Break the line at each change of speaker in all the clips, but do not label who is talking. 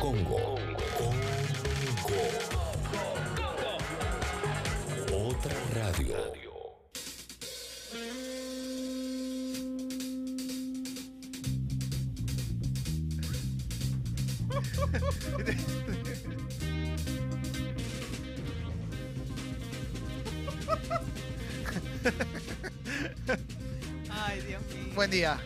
Congo. Congo. Otra radio.
Ay, Dios mío.
Buen día.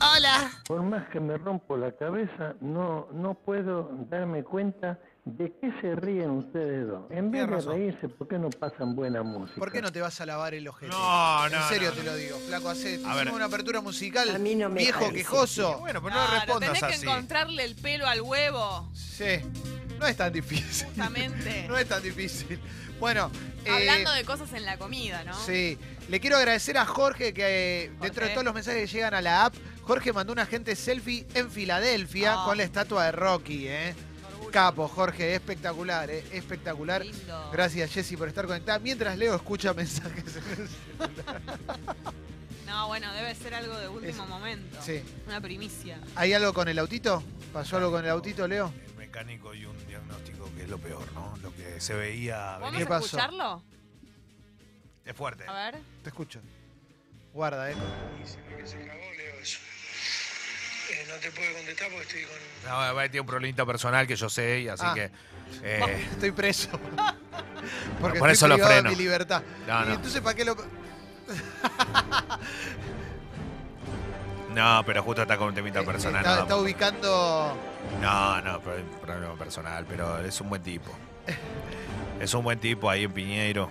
Hola.
Por más que me rompo la cabeza, no, no puedo darme cuenta de qué se ríen ustedes dos. En vez
Tienes
de
razón.
reírse, ¿por qué no pasan buena música?
¿Por qué no te vas a lavar el ojete?
No, no,
En serio
no,
te
no.
lo digo, flaco. Hacé,
A ver.
hicimos una apertura musical.
A mí no me
Viejo
parece,
quejoso.
Bueno, pero no respondas
Ah, tenés
así.
que encontrarle el pelo al huevo,
Sí. No es tan difícil.
justamente.
No es tan difícil. Bueno. eh,
Hablando de cosas en la comida, ¿no?
Sí, le quiero agradecer a Jorge que eh, dentro de
Jorge.
todos los mensajes que llegan a la app, Jorge mandó una gente selfie en Filadelfia
Ah.
con la estatua de Rocky, ¿eh?
Orgullo.
Capo, Jorge, espectacular, ¿eh? espectacular.
Lindo.
Gracias, Jessy, por estar conectada. Mientras Leo escucha mensajes.
No, bueno, debe ser algo de último
Es-
momento.
Sí.
Una primicia.
¿Hay algo con el autito? ¿Pasó algo con el autito, Leo?
El mecánico y un diagnóstico que es lo peor, ¿no? Lo que se veía
¿Vamos
¿Qué
a
venir.
pasó?
escucharlo?
Es fuerte.
A ver.
Te escucho. Guarda, ¿eh?
no te puedo contestar porque estoy con.
No, va tiene un problemita personal que yo sé y así
Ah.
que. eh,
Estoy preso. Porque
Por
estoy
eso lo
privado de
freno.
mi libertad.
No,
Y
no.
entonces, ¿para qué lo.?
no, pero justo está con un temita personal.
eh, está,
no,
está ubicando.
no, no, pero es un problema personal, pero es un buen tipo. es un buen tipo ahí en Piñeiro.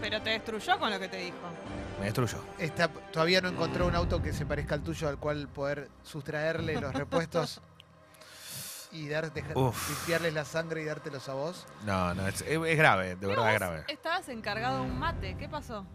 Pero te destruyó con lo que te dijo.
Me destruyó.
Está, todavía no encontró un auto que se parezca al tuyo al cual poder sustraerle los repuestos y dar, dejar-
Uf.
limpiarles la sangre y dártelos a vos.
No, no, es, es- es grave, de verdad
Vos
es grave.
Estabas encargado de un mate. ¿Qué pasó?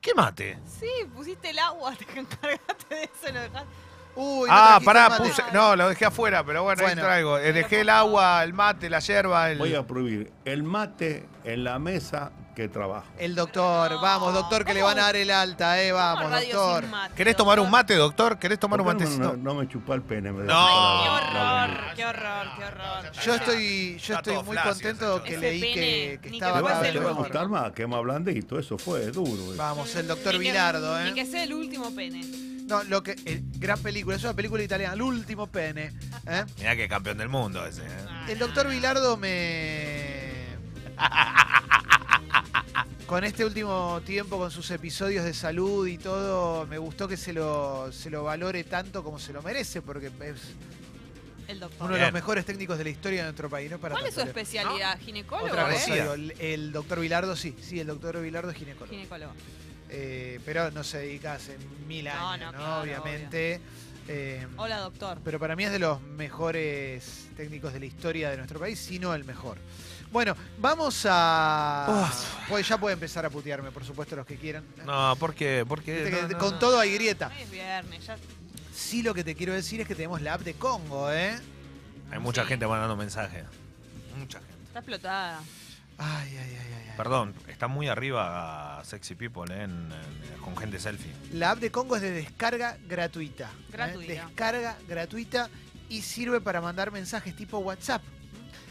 ¿Qué mate?
Sí, pusiste el agua, te encargaste de eso, lo dejaste.
Uy, no
ah,
trajiste
pará,
mate.
puse. No, lo dejé afuera, pero bueno,
Bueno.
ahí traigo. Eh, Dejé el agua, el mate, la yerba, el.
Voy a prohibir el mate en la mesa que trabajo.
El doctor,
No.
vamos, doctor, que le van a dar el alta, eh, vamos,
¿Cómo radio
doctor.
sin mate,
¿Querés tomar un
doctor?
mate, doctor? ¿Querés tomar un
¿Por qué no,
matecito?
me- no me chupá el pene. me
No.
dejó
¡Qué
la- la
horror!
bronca.
¡Qué horror! ¡Qué horror!
Yo estoy, yo
Está
estoy
todo
muy
flácido,
contento
ese
que
chocho.
leí
Ese
que,
pene,
que
ni que
estaba
¿Te va,
cada
fuese
vez
te
el
va a
mejor.
gustar más, que es más blandito, eso fue duro. eh.
Vamos, el doctor
Ni que-
Bilardo, eh.
Ni que sea el último pene.
No, lo que. eh, gran película, es una película italiana, el último pene. ¿eh?
Mirá que campeón del mundo ese. ¿eh?
El
Ah,
doctor Vilardo me. Con este último tiempo, con sus episodios de salud y todo, me gustó que se lo, se lo valore tanto como se lo merece, porque es
El
uno
doctor.
de los
Bien.
mejores técnicos de la historia de nuestro país. ¿no? Para
¿Cuál es su
tanto, Leo.
especialidad? ¿Ginecólogo?
Otra cosa,
eh?
Parecía.
digo, el, el doctor Vilardo sí, sí, el doctor Vilardo es ginecólogo.
Ginecólogo.
Eh, pero no se dedica hace mil
No,
años,
no,
¿no?
claro,
obviamente. Eh,
Hola, doctor.
pero para mí es de los mejores técnicos de la historia de nuestro país, si no el mejor. Bueno, vamos a. Pues ya puede empezar a putearme, por supuesto, los que quieran.
No, ¿por qué? ¿Por qué?
Viste que
No, no,
con
no.
todo hay grieta.
Hoy es viernes, ya.
Sí, lo que te quiero decir es que tenemos la app de Congo, ¿eh?
Hay mucha
Sí.
gente mandando mensajes. Mucha gente.
Está explotada.
Ay, ay, ay, ay, ay.
Perdón, está muy arriba Sexy People, ¿eh? En- en- con gente selfie.
La app de Congo es de descarga gratuita. ¿eh?
Gratuita.
Descarga gratuita y sirve para mandar mensajes tipo WhatsApp.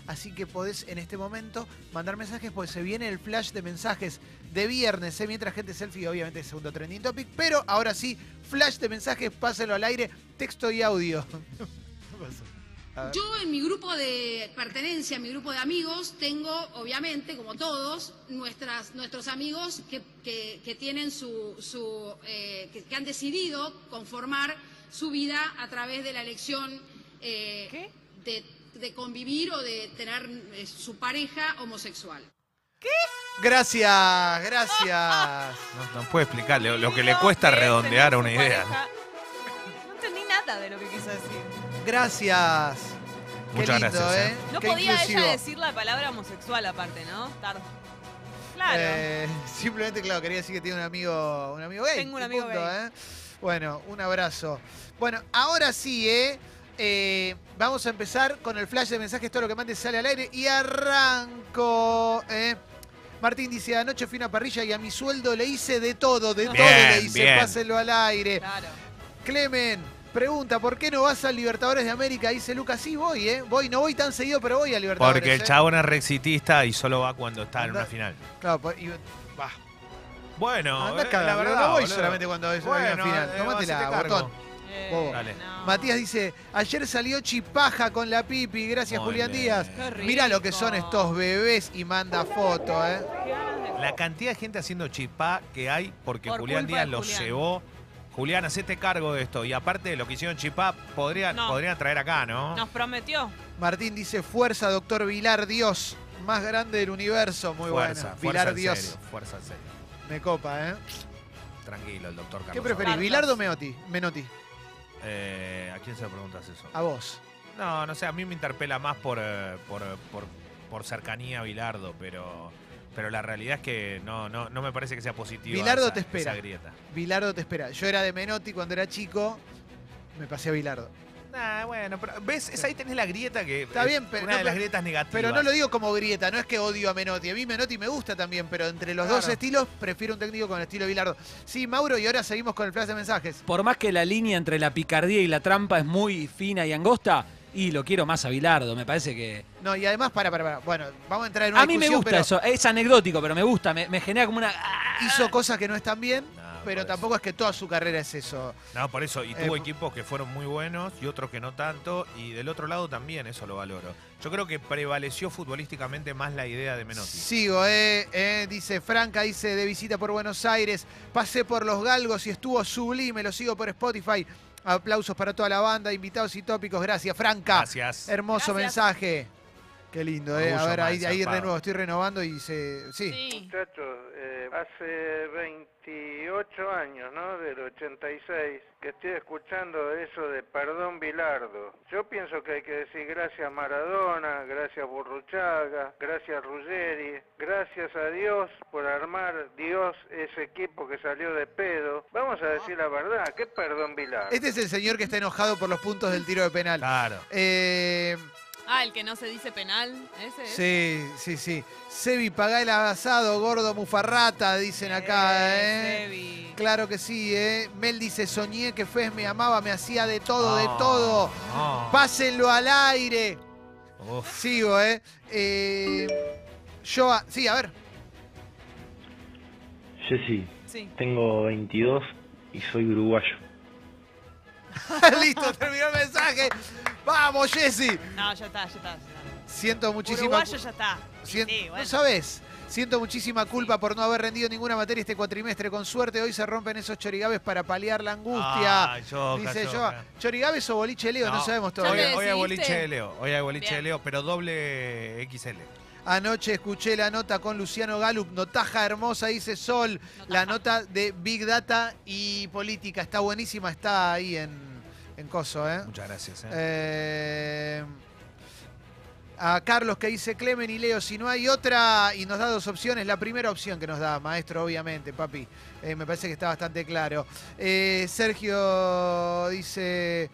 Así que podés en este momento mandar mensajes porque se viene el flash de mensajes de viernes, ¿eh? mientras gente selfie, obviamente es segundo trending topic, pero ahora sí, flash de mensajes, pásenlo al aire, texto y audio.
Yo en mi grupo de pertenencia, en mi grupo de amigos, tengo, obviamente, como todos, nuestras, nuestros amigos que, que- que tienen su, su, eh, que, que han decidido conformar su vida a través de la elección eh,
¿Qué?
de, de convivir o de tener eh, su pareja homosexual.
Gracias, gracias.
No, no puede explicarle lo, lo que le
Dios,
cuesta
que
redondear
tener
una
su
idea.
pareja. No entendí nada de lo que quiso decir.
Gracias.
Muchas
Qué lindo,
gracias,
¿eh?
No
Qué
podía
inclusivo.
ella decir la palabra homosexual aparte, ¿no? Tarde. Claro.
Eh, simplemente, claro, quería decir que tiene un amigo, un amigo gay.
Tengo un
y
amigo gay.
¿eh? Bueno, un abrazo. Bueno, ahora sí, ¿eh? Eh, vamos a empezar con el flash de mensajes, todo lo que mande sale al aire y arranco. ¿eh? Martín dice, anoche fui a una parrilla y a mi sueldo le hice de todo, de
Bien,
todo le hice,
bien.
pásenlo al aire.
Claro.
Clemen, Pregunta, ¿por qué no vas al Libertadores de América? Dice Lucas, sí voy, ¿eh? Voy, no voy tan seguido, pero voy al Libertadores.
Porque el
¿eh?
chabón es rexitista y solo va cuando está en
Anda.
una final.
Claro, po- y- va.
Bueno,
Andá
eh,
cagando,
la verdad,
no voy
boludo.
solamente cuando es una
Bueno,
final.
eh,
Tómatela,
hacete cargo.
botón.
Eh,
Bobo.
Dale.
no.
Matías dice, ayer salió chipaja con la pipi, gracias
Muy
Julián
bien.
Díaz.
Qué rico.
Mira lo que son estos bebés y manda foto, ¿eh?
Qué ganas de-
La cantidad de gente haciendo chipá que hay porque
Por
Julián
culpa
Díaz
de
los
Julián.
llevó. Julián, hacete cargo de esto. Y aparte de lo que hicieron chipá, podría,
No.
podrían traer acá, ¿no?
Nos prometió.
Martín dice, fuerza, doctor Vilar Dios, más grande del universo. Muy bueno. Vilar
en
Dios,
serio, fuerza en serio.
me copa, ¿eh?
Tranquilo, el doctor Carlos.
¿Qué preferís,
Carlos.
Vilardo o Meotti? Menotti,
Eh, ¿A quién se lo preguntas eso?
a vos.
No, no sé, a mí me interpela más por, eh, por, por- por cercanía a Bilardo, pero, pero la realidad es que no, no, no me parece que sea positivo.
Bilardo te espera.
Esa grieta.
Vilardo te espera. Yo era de Menotti cuando era chico, me pasé a Vilardo.
Nah, bueno, pero ¿ves? Es ahí tenés la grieta que.
Está
es
bien, pero
Una
no,
de las
pero-
grietas negativas.
Pero no lo digo como grieta, no es que odio a Menotti. A mí Menotti me gusta también, pero entre los dos
Claro.
estilos prefiero un técnico con estilo Bilardo. Sí, Mauro, y ahora seguimos con el flash de mensajes.
Por más que la línea entre la picardía y la trampa es muy fina y angosta, y lo quiero más a Bilardo, me parece que...
No, y además, para, para, para. Bueno, vamos a entrar en una
A mí me
discusión,
gusta
pero
eso, es anecdótico, pero me gusta, me, me genera como una... Ah.
Hizo cosas que no están bien,
No, por
pero
eso.
tampoco es que toda su carrera es eso.
No, por eso. Y tuvo
Eh,
equipos que fueron muy buenos y otros que no tanto. Y del otro lado también eso lo valoro. Yo creo que prevaleció futbolísticamente más la idea de Menotti.
Sigo, eh, eh, dice Franca, dice de visita por Buenos Aires, pasé por los galgos y estuvo sublime, lo sigo por Spotify. Aplausos para toda la banda, invitados y tópicos, gracias Franca.
Gracias.
Hermoso
Gracias.
mensaje. Qué lindo, eh. A
Orgullo
ver, ahí,
mal
ahí de
zarpado.
nuevo estoy renovando y se. Sí.
Sí.
Muchachos, eh, hace 28 años, ¿no? Del 86, que estoy escuchando eso de perdón Bilardo. Yo pienso que hay que decir gracias Maradona, gracias Burruchaga, gracias Ruggeri, gracias a Dios por armar Dios ese equipo que salió de pedo. Vamos a decir la verdad, ¿qué perdón Bilardo?
Este es el señor que está enojado por los puntos del tiro de penal.
Claro.
Eh,
Ah, el que no se dice penal. Ese es.
sí, sí, sí. Sebi, pagá el asado, gordo mufarrata, dicen acá, ¿eh?
Sebi.
Claro que sí, ¿eh? Mel dice, soñé que Fez me amaba, me hacía de todo, de
Ah,
todo.
ah.
Pásenlo al aire.
Uf.
Sigo, ¿eh? eh yo, a- sí, a ver.
Jessy,
Sí.
tengo 22 y soy uruguayo.
Listo, terminó el mensaje. Vamos, Jessy.
No, ya está, ya está. ya está.
Siento muchísima
Uruguayo ya está. Y
cu- sien-
sí, bueno.
No sabes. Siento muchísima culpa por no haber rendido ninguna materia este cuatrimestre. Con suerte hoy se rompen esos chorigabes para paliar la angustia.
Ah,
Ay, Yoka,
Dice yo,
Yoka.
chorigabes o boliche Leo, no, sabemos
Ya
Hoy,
me
todavía.
hoy hay
decidiste.
boliche de Leo, hoy hay boliche de
Bien.
Leo, pero doble XL.
Anoche escuché la nota con Luciano Galup, notaja hermosa, dice Sol,
Notaja.
la nota de Big Data y política. Está buenísima, está ahí en, en Coso, ¿eh?
Muchas gracias. ¿eh?
Eh, a Carlos que dice Clemen y Leo, si no hay otra, y nos da dos opciones, la primera opción que nos da, maestro, obviamente, papi, Eh, me parece que está bastante claro. Eh, Sergio dice,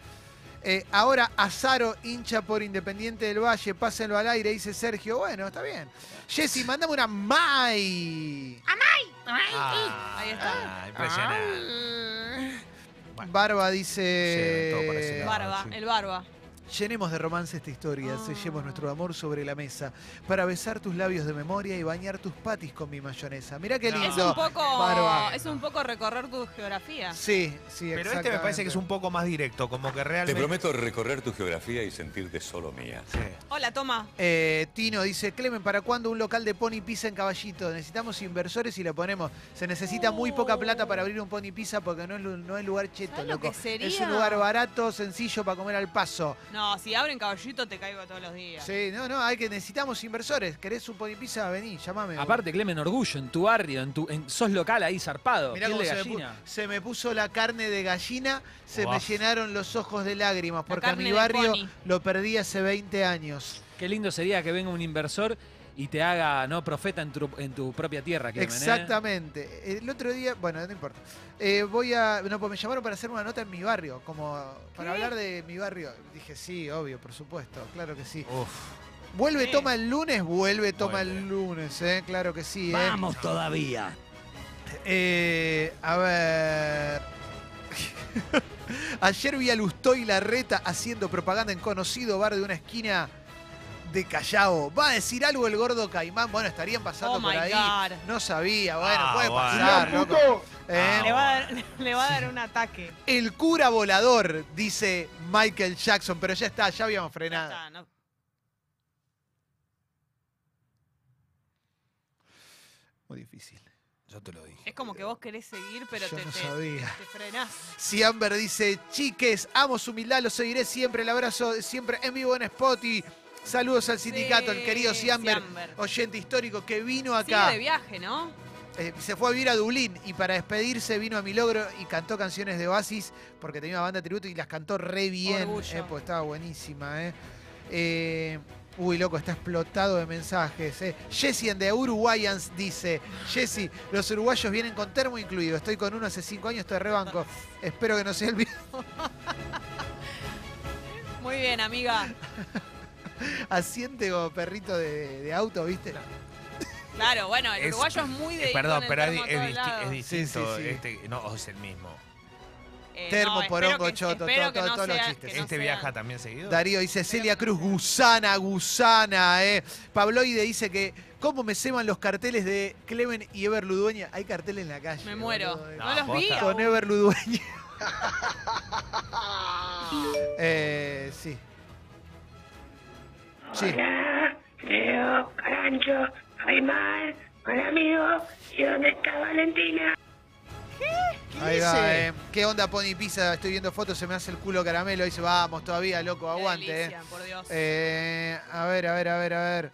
eh, ahora Azaro hincha por Independiente del Valle, pásenlo al aire, dice Sergio, bueno, está bien. Jessy, mandame una Mai.
Ah,
Ahí está.
ah, impresionante. Bueno.
Barba
Sí, todo por ese
dice...
lado.
Barba,
sí.
el barba.
Llenemos de romance esta historia,
Ah.
sellemos nuestro amor sobre la mesa, para besar tus labios de memoria y bañar tus patis con mi mayonesa. Mirá qué
No.
lindo.
Es un poco.
Barba.
Es un poco recorrer tu geografía.
Sí, sí,
Pero este me parece que es un poco más directo, como que
Te
realmente.
prometo recorrer tu geografía y sentirte solo mía.
Sí.
Hola, toma.
Eh, Tino dice, Clemen, ¿para cuándo un local de Pony Pizza en Caballito? Necesitamos inversores y lo ponemos. Se necesita muy poca plata para abrir un Pony Pizza porque no es, lu- no es lugar cheto,
¿Sabes lo
loco.
que sería?
Es un lugar barato, sencillo para comer al paso.
No, si abren caballito te caigo todos los días.
Sí, no, no, hay que necesitamos inversores. ¿Querés un Pony Pizza? Vení, llamame.
Aparte, Clemen, orgullo, en tu barrio, en tu, en- sos local ahí zarpado,
Mirá
piel
cómo
de
se me,
gallina.
pu- se me puso la carne de gallina, se me
Guau.
llenaron los ojos de lágrimas, porque a
carne
mi
de
barrio
pony.
lo perdí hace 20 años.
Qué lindo sería que venga un inversor y te haga, ¿no? Profeta en tu, en tu propia tierra, Clemen. ¿eh?
Exactamente. El otro día, bueno, no importa. Eh, voy a. No, pues me llamaron para hacer una nota en mi barrio, como para hablar de mi barrio. Dije, sí, obvio, por supuesto, claro que
Oh,
sí.
Uf,
Vuelve,
Sí.
toma el lunes, vuelve, toma el
bien.
lunes, eh, claro que sí. eh.
todavía.
Eh, a ver. Ayer vi a Lustoy Larreta haciendo propaganda en conocido bar de una esquina de Callao. ¿Va a decir algo el gordo Caimán? Bueno, estarían pasando
Oh,
por
my
ahí.
God.
No sabía, bueno,
Ah,
puede
bueno.
pasar,
Mirá,
loco. Eh,
Le va a dar, le va a dar un ataque.
El cura volador, dice Michael Jackson, pero ya está, ya habíamos
Ya
frenado.
está, no.
Muy difícil.
Yo te lo dije.
Es como que vos querés seguir, pero
Yo
te,
no
te-
sabía.
te frenás.
Si Amber dice, chiques, amo su humildad, lo seguiré siempre, el abrazo de siempre en vivo en Spotty. Saludos al sindicato, el querido
Sí,
Siamber,
Siamber.
oyente histórico que vino acá.
Sigue de viaje, ¿no?
Eh, se fue a vivir a Dublín y para despedirse vino a Milogro y cantó canciones de Oasis porque tenía una banda de tributo y las cantó re bien.
Orgullo.
eh, pues estaba buenísima, eh. Eh, Uy, loco, está explotado de mensajes. eh. Jessy de Uruguayans dice: Jessy, los uruguayos vienen con termo incluido. Estoy con uno hace cinco años, estoy rebanco. Espero que no sea el mismo.
Muy bien, amiga.
Asiente como perrito de, de auto, ¿viste?
Claro, bueno, el
Es-
uruguayo es muy de.
Eh,
ir
perdón,
con el
pero es,
termo a
es
todos
disti-
lados.
es distinto.
sí.
Este, no, o es el mismo.
Eh,
Termo,
espero
porongo,
que-
choto,
espero
todo-
que
todo-
no
todos los
sea-
chistes.
que no
¿Este
sean-
viaja también seguido?
Darío y Cecilia Cruz, gusana, gusana, eh. Pabloide dice que, ¿cómo me ceban los carteles de Clemen y Ever Ludueña? Hay carteles en la calle.
Me muero.
boludo, eh.
No, los vi.
posta.
aún.
Con Ever Ludueña. eh, sí. Sí.
Leo, Carancho, Aymar, buen amigo, ¿y dónde está Valentina?
Ahí va, eh. ¿Qué onda, Pony Pizza? Estoy viendo fotos, se me hace el culo caramelo. Dice, vamos, todavía, loco,
Qué
aguante, eh.
delicia, por Dios.
Eh, a ver, a ver, a ver, a ver.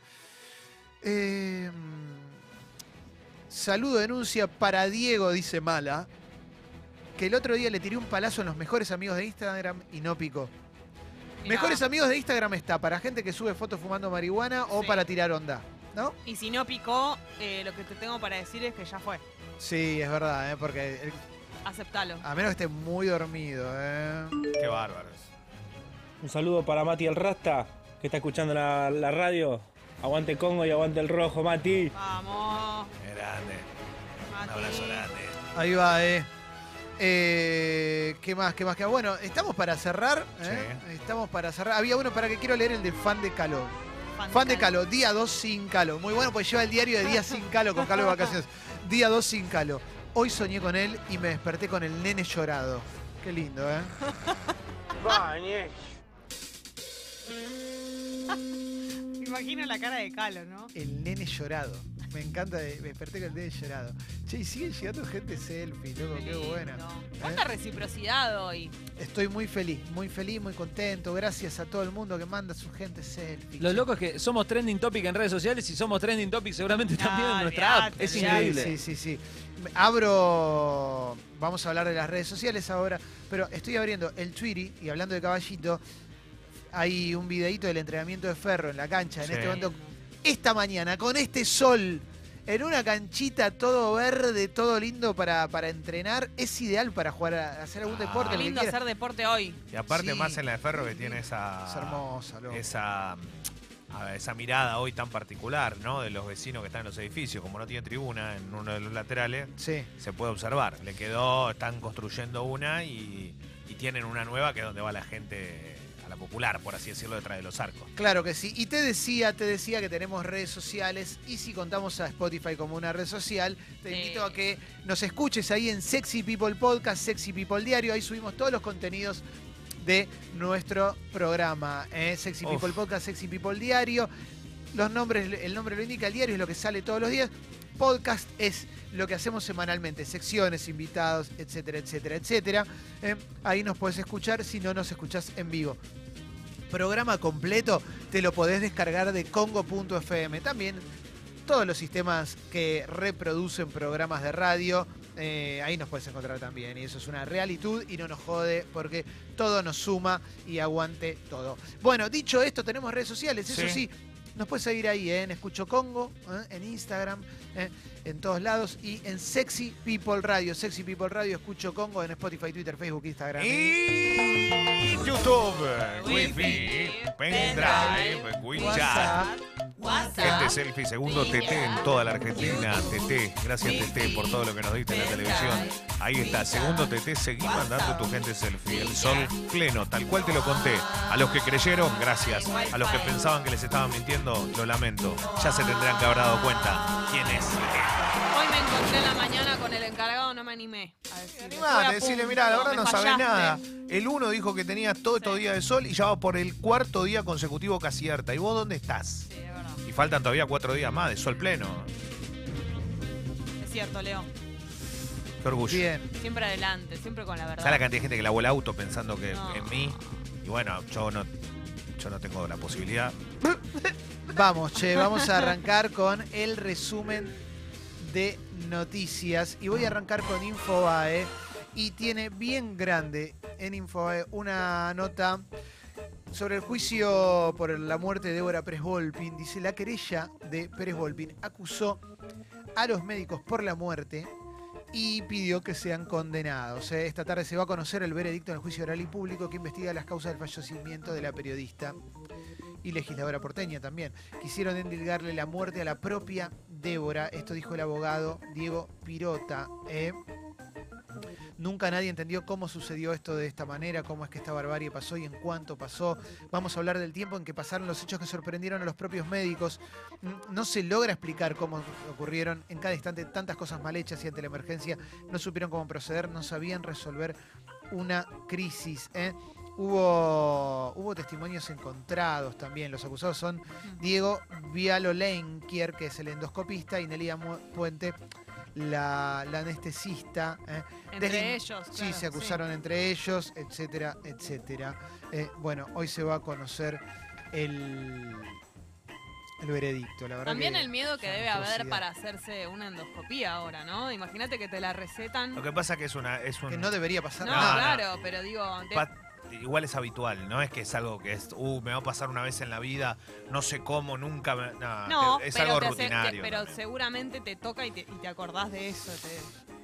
Eh, saludo denuncia para Diego, dice Mala, que el otro día le tiré un palazo en los mejores amigos de Instagram y no picó.
Mirá.
Mejores amigos de Instagram está para gente que sube fotos fumando marihuana o
Sí.
para tirar onda, ¿no?
Y si no picó, eh, lo que te tengo para decir es que ya fue.
Sí, es verdad, ¿eh? porque el-
Aceptalo.
a menos que esté muy dormido. ¿eh?
Qué bárbaro.
Un saludo para Mati el Rasta, que está escuchando la, la radio. Aguante Congo y aguante el rojo, Mati.
Vamos.
Grande. Un
Mati.
abrazo grande.
Ahí va, eh. Eh, ¿Qué más? ¿Qué más? ¿Qué más? Bueno, estamos para cerrar. ¿eh? Estamos para cerrar. Había uno para que quiero leer el de fan de Calo. Fan de Calo, día 2 sin Calo. Muy bueno, pues lleva el diario de día sin Calo con Calo de vacaciones. Día 2 sin Calo. Hoy soñé con él y me desperté con el nene llorado. Qué lindo, ¿eh?
Bañez.
Me Imagino la cara de Calo, ¿no?
El nene llorado. Me encanta, de- me desperté con el nene llorado. Che, y siguen llegando gente selfie, loco, Oh, qué
lindo.
buena.
Cuánta
¿Eh?
reciprocidad hoy.
Estoy muy feliz, muy feliz, muy contento. Gracias a todo el mundo que manda su gente selfie.
Lo loco es que somos trending topic en redes sociales y somos trending topic seguramente
Ah,
también en nuestra app.
olvidate,
Es
Sí,
increíble.
Sí, sí, sí. Abro. Vamos a hablar de las redes sociales ahora, pero estoy abriendo el Twitter y hablando de caballito. Hay un videito del entrenamiento de Ferro en la cancha en
Sí.
este momento. Esta mañana, con este sol, en una canchita todo verde, todo lindo para, para entrenar, es ideal para jugar, a, hacer algún
Ah.
deporte.
Qué
lo que
lindo
quiera.
hacer deporte hoy.
Y aparte,
Sí.
más en la de Ferro que tiene esa.
Es hermosa, loco.
esa, a ver, esa mirada hoy tan particular, ¿no? De los vecinos que están en los edificios. Como no tiene tribuna en uno de los laterales,
Sí.
se puede observar. Le quedó, están construyendo una y, y tienen una nueva que es donde va la gente a la popular, por así decirlo, detrás de los arcos.
Claro que sí. Y te decía, te decía que tenemos redes sociales y si contamos a Spotify como una red social, te
Sí.
invito a que nos escuches ahí en Sexy People Podcast, Sexy People Diario. Ahí subimos todos los contenidos de nuestro programa. ¿eh? Sexy
Uf.
People Podcast, Sexy People Diario. Los nombres, el nombre lo indica, el diario es lo que sale todos los días. Podcast es lo que hacemos semanalmente, secciones, invitados, etcétera, etcétera, etcétera. ¿eh? ahí nos podés escuchar si no nos escuchás en vivo programa completo te lo podés descargar de congo.fm. También todos los sistemas que reproducen programas de radio, eh, ahí nos podés encontrar también. Y eso es una realitud y no nos jode porque todo nos suma y aguante todo. Bueno, dicho esto, tenemos redes sociales, eso sí.
Sí.
Nos puedes seguir ahí ¿eh? en Escucho Congo, ¿eh? en Instagram, ¿eh? en todos lados y en Sexy People Radio. Sexy People Radio, Escucho Congo en Spotify, Twitter, Facebook, Instagram.
Y YouTube, Wi-Fi,
Wi-Fi,
pendrive,
WhatsApp.
WeChat, Este es selfie, segundo TT en toda la Argentina. TT, gracias TT por todo lo que nos diste en la televisión. Ahí está, segundo TT, seguí mandando tu gente selfie. El sol pleno, tal cual te lo conté. A los que creyeron, gracias. A los que pensaban que les estaban mintiendo, lo lamento. Ya se tendrán que haber dado cuenta quién es.
Hoy me encontré en la mañana con el encargado, no me animé. A decirle. Estuve a
Animate, decirle, mirá, la
punto,
verdad no
me
sabés
fallaste".
nada. El uno dijo que tenías todo estos días de sol y ya va por el cuarto día consecutivo que acierta. ¿Y vos dónde estás?
Y faltan todavía cuatro días más de sol pleno.
Es cierto, Leo.
Qué orgullo.
Siempre adelante, siempre con la verdad.
¿Sabes la cantidad de gente que lavó el auto pensando que
No.
en mí? Y bueno, yo no, yo no tengo la posibilidad.
Vamos, che, vamos a arrancar con el resumen de noticias. Y voy a arrancar con Infobae. Y tiene bien grande en Infobae una nota sobre el juicio por la muerte de Débora Pérez Volpin. Dice, la querella de Pérez Volpin acusó a los médicos por la muerte y pidió que sean condenados. Eh, Esta tarde se va a conocer el veredicto en el juicio oral y público que investiga las causas del fallecimiento de la periodista y legisladora porteña también. Quisieron endilgarle la muerte a la propia Débora. Esto dijo el abogado Diego Pirota. ¿eh? Nunca nadie entendió cómo sucedió esto de esta manera, cómo es que esta barbarie pasó y en cuánto pasó. Vamos a hablar del tiempo en que pasaron los hechos que sorprendieron a los propios médicos. Mm, No se logra explicar cómo ocurrieron en cada instante tantas cosas mal hechas y ante la emergencia no supieron cómo proceder, no sabían resolver una crisis. ¿eh? Hubo, hubo testimonios encontrados también. Los acusados son Diego Vialolenkier, que es el endoscopista, y Nelia Mu- Puente, la, la anestesista. ¿eh?
Entre ellos,
Sí,
claro,
se acusaron entre ellos, etcétera, etcétera. Eh, bueno, hoy se va a conocer el, el veredicto, la verdad.
También
que
el miedo que
es una
debe haber
atrocidad.
para hacerse una endoscopía ahora, ¿no? Imagínate que te la recetan.
Lo que pasa que es una. Es un,
Que no debería pasar
No,
No, no.
claro, pero digo, de-
Pa- Igual es habitual, no es que es algo que es, uh, me va a pasar una vez en la vida, no sé cómo, nunca. me- no,
no,
es
pero,
algo
te hace- te-
rutinario.
pero seguramente te toca y te, y te acordás de eso.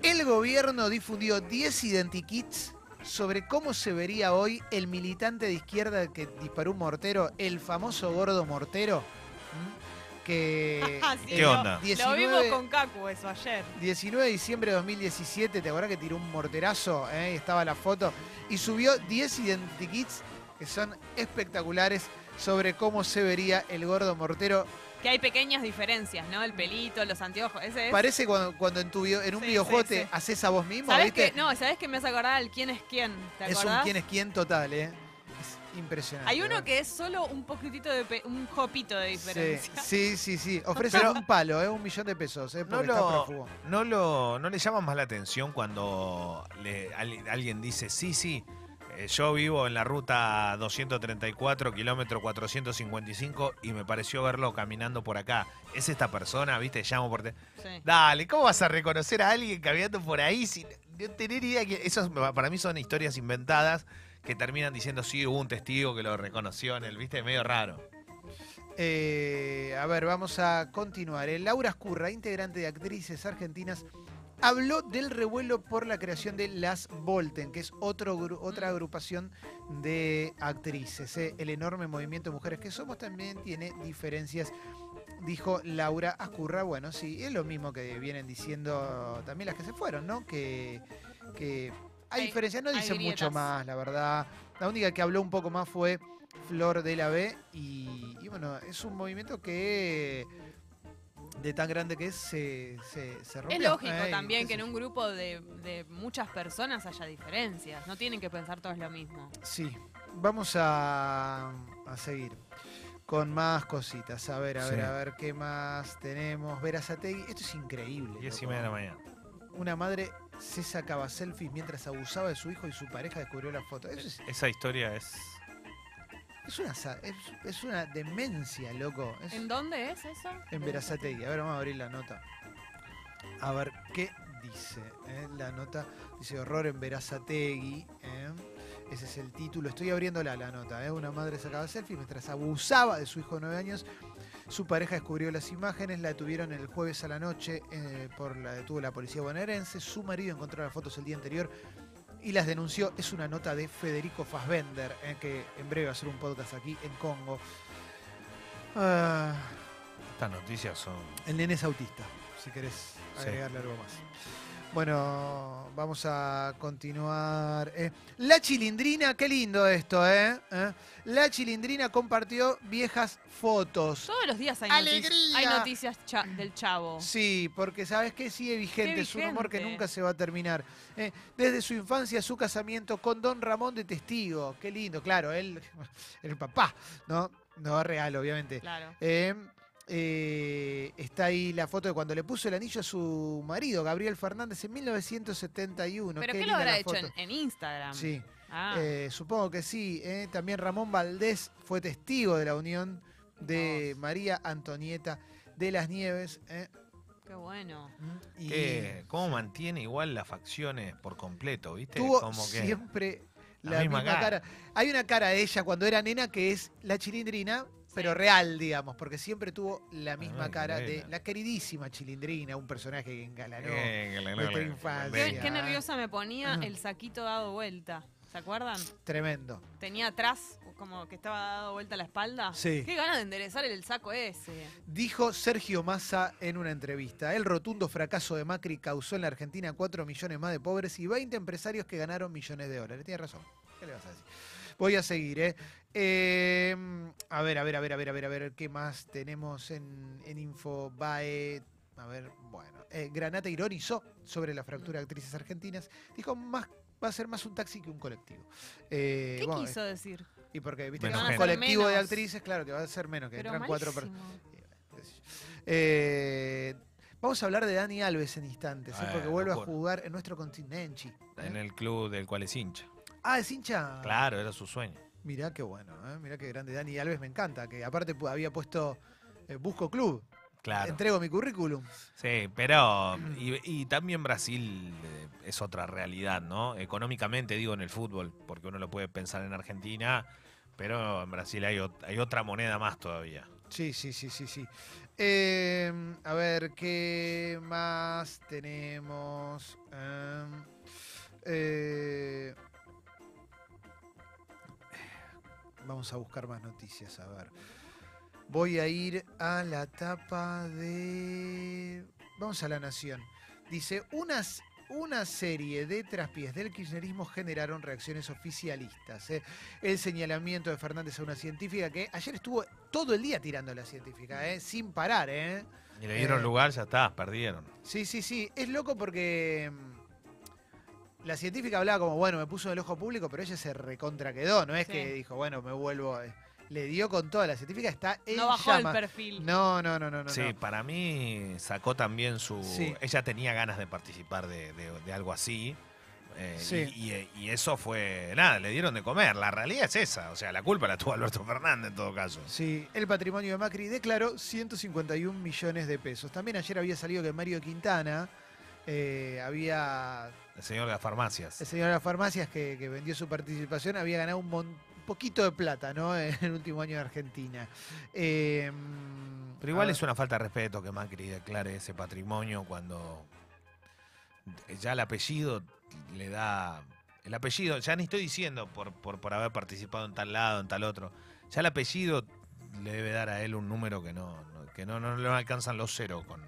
te-
El gobierno difundió 10 identikits sobre cómo se vería hoy el militante de izquierda que disparó un mortero, el famoso gordo mortero. ¿m? Que
Ah, Sí,
el
¿Qué onda?
Lo
19
vimos con Cacu eso ayer.
19 de diciembre de 2017, ¿te acordás que tiró un morterazo? eh? Y Estaba la foto. Y subió 10 identikits que son espectaculares sobre cómo se vería el gordo mortero.
Que hay pequeñas diferencias, ¿no? El pelito, los anteojos, ese es.
Parece cuando, cuando en, tu video- en un
Sí,
videojuego
sí,
te
sí.
haces a vos mismo,
¿Sabés
¿viste?
que, no, ¿sabés que me has acordado el quién es quién? ¿Te
es un
acordás?
quién es quién total, ¿eh? Es impresionante.
Hay uno
¿verdad?
que es solo un poquitito de pe- un copito de diferencia.
Sí, sí, sí. sí. Ofrecen
Pero-
un palo, ¿eh? Un millón de pesos, ¿eh?
no,
Porque está
lo,
prófugo.
no, lo, ¿No le llama más la atención cuando le- al- alguien dice, sí, sí, eh, yo vivo en la ruta 234, kilómetro 455, y me pareció verlo caminando por acá? ¿Es esta persona? ¿Viste? Llamo por... te-
Sí.
Dale, ¿cómo vas a reconocer a alguien caminando por ahí sin no tener idea que esas para mí son historias inventadas que terminan diciendo sí hubo un testigo que lo reconoció en el viste medio raro.
Eh, a ver, vamos a continuar. Eh, Laura Escurra, integrante de Actrices Argentinas, habló del revuelo por la creación de Las Volten, que es otro, gru- otra agrupación de actrices. eh. El enorme movimiento de mujeres que somos también tiene diferencias. Dijo Laura Ascurra, bueno, sí, es lo mismo que vienen diciendo también las que se fueron, ¿no? Que, que hay,
Hay-
diferencias, no
hay
dicen mucho
grietas.
más, la verdad. La única que habló un poco más fue Flor de la B y, y bueno, es un movimiento que de tan grande que es se, se, se rompió.
Es lógico
¿eh? Y
también
qué
que en
sé
un grupo de, de muchas personas haya diferencias. No tienen que pensar todos lo mismo.
yo. Sí, vamos a, a seguir con más cositas. A ver, a
Sí.
ver, a ver qué más tenemos. Verazategui, esto es increíble.
Diez y
loco.
media de la mañana.
Una madre se sacaba selfies mientras abusaba de su hijo y su pareja descubrió la foto. Eso es,
Esa historia es
es una, sa- es, es una demencia, loco. Es-
¿En dónde es eso?
En Verazategui. A ver, vamos a abrir la nota. A ver qué dice. eh? La nota dice horror en Verazategui. eh. Ese es el título. Estoy abriéndola la nota. eh. Una madre sacaba selfie mientras abusaba de su hijo de 9 años. Su pareja descubrió las imágenes, la detuvieron el jueves a la noche, eh, por la detuvo la policía bonaerense. Su marido encontró las fotos el día anterior y las denunció. Es una nota de Federico Fassbender, eh, que en breve va a hacer un podcast aquí en Congo. Ah,
Estas noticias son.
El nene es autista, si querés
Sí.
agregarle algo más. Bueno, vamos a continuar. eh. La chilindrina, qué lindo esto, ¿eh? ¿Eh? La chilindrina compartió viejas fotos.
Todos los días hay, noti-
¡Alegría!
hay noticias cha- del chavo.
Sí, porque sabes que sigue vigente,
Qué
es un humor que
vigente.
nunca se va a terminar. Eh, desde su infancia, su casamiento con Don Ramón de testigo. Qué lindo, claro, él, el papá, ¿no? No es real, obviamente.
Claro.
Eh, eh, está ahí la foto de cuando le puso el anillo a su marido, Gabriel Fernández, en 1971.
¿Pero
Qué
qué lo
linda la
habrá hecho
foto.
en, en Instagram?
Sí.
Ah,
Eh, supongo que sí. ¿eh? También Ramón Valdés fue testigo de la unión de María Antonieta de las Nieves. ¿eh?
qué bueno.
Y
Eh, ¿Cómo mantiene igual las facciones por completo, viste?
tuvo
Como que-
siempre
la
Este, la,
misma
misma,
cara.
cara. Hay una cara de ella cuando era nena que es la chilindrina, pero real, digamos, porque siempre tuvo la misma
qué
cara de
buena.
la queridísima chilindrina, un personaje que engalanó.
Eh, que le- le-
Nuestra
le-
infancia.
Qué, qué nerviosa me ponía
Ajá.
el saquito dado vuelta. ¿Se acuerdan?
Tremendo.
Tenía atrás, como que estaba dado vuelta la espalda.
Sí.
Qué ganas de enderezar el saco ese.
Dijo Sergio Massa en una entrevista, el rotundo fracaso de Macri causó en la Argentina 4 millones más de pobres y 20 empresarios que ganaron millones de dólares. Tiene razón. ¿Qué le vas a decir? Voy a seguir, ¿eh? Eh, A ver, a ver, a ver, a ver, a ver, a ver, ¿qué más tenemos en, en Infobae? A ver, bueno. Eh, Granata ironizó sobre la fractura de actrices argentinas. Dijo, más, va a ser más un taxi que un colectivo. Eh,
¿Qué
bueno,
quiso decir?
Y porque, viste,
Menos
que un
gente.
colectivo de
Menos.
actrices, claro, que va a ser menos, que
Pero
entran cuatro personas.
malísimo.
Eh, vamos a hablar de Dani Alves en instantes, ¿eh?
Ah,
porque vuelve
locura.
a jugar en nuestro continente.
En el club del cual es hincha.
Ah, es hincha.
Claro, era su sueño.
Mirá qué bueno, ¿eh? mirá qué grande Dani Alves, me encanta, que aparte pu- había puesto eh, Busco Club,
Claro.
entrego mi currículum.
Sí, pero. Y, y también Brasil eh, es otra realidad, ¿no? Económicamente, digo, en el fútbol, porque uno lo puede pensar en Argentina, pero en Brasil hay, ot- hay otra moneda más todavía.
Sí, sí, sí, sí, sí. Eh, a ver, ¿qué más tenemos? Em, eh, vamos a buscar más noticias, a ver. Voy a ir a la tapa de... Vamos a La Nación. Dice, unas, una serie de traspiés del kirchnerismo generaron reacciones oficialistas. ¿eh? El señalamiento de Fernández a una científica que ayer estuvo todo el día tirando a la científica, ¿eh? sin parar. ¿eh?
Y le dieron
Eh.
lugar, ya está, perdieron.
Sí, sí, sí. Es loco porque mm, la científica hablaba como, bueno, me puso en el ojo público, pero ella se recontra quedó. No es
Sí.
que dijo, bueno, me vuelvo. eh. Le dio con toda la científica, está en
No bajó el
llamas.
perfil.
No, no, no, no, no.
sí,
no.
para mí sacó también su.
Sí.
Ella tenía ganas de participar de, de- de algo así. eh,
Sí.
y, y- y eso fue. Nada, le dieron de comer. La realidad es esa. O sea, la culpa la tuvo Alberto Fernández en todo caso.
Sí, el patrimonio de Macri declaró 151 millones de pesos. También ayer había salido que Mario Quintana eh, había,
El señor de las farmacias.
el señor de las farmacias que, que vendió su participación, había ganado un mon- poquito de plata, ¿no? En el último año de Argentina. Eh, mm,
Pero igual
a
es una falta de respeto que Macri declare ese patrimonio cuando ya el apellido le da. El apellido, ya ni estoy diciendo por, por, por haber participado en tal lado, en tal otro. Ya el apellido le debe dar a él un número que no, no- que no, no, no alcanzan los cero con.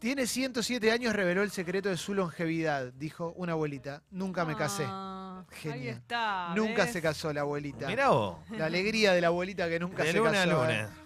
Tiene 107 años, reveló el secreto de su longevidad, dijo una abuelita. Nunca me casé.
Ah, Ahí
Genial.
está.
Nunca
Ah, ¿ves?
se casó la abuelita.
Mirá vos,
La alegría de la abuelita que nunca
de
se
luna
casó.
a
¿eh?
luna.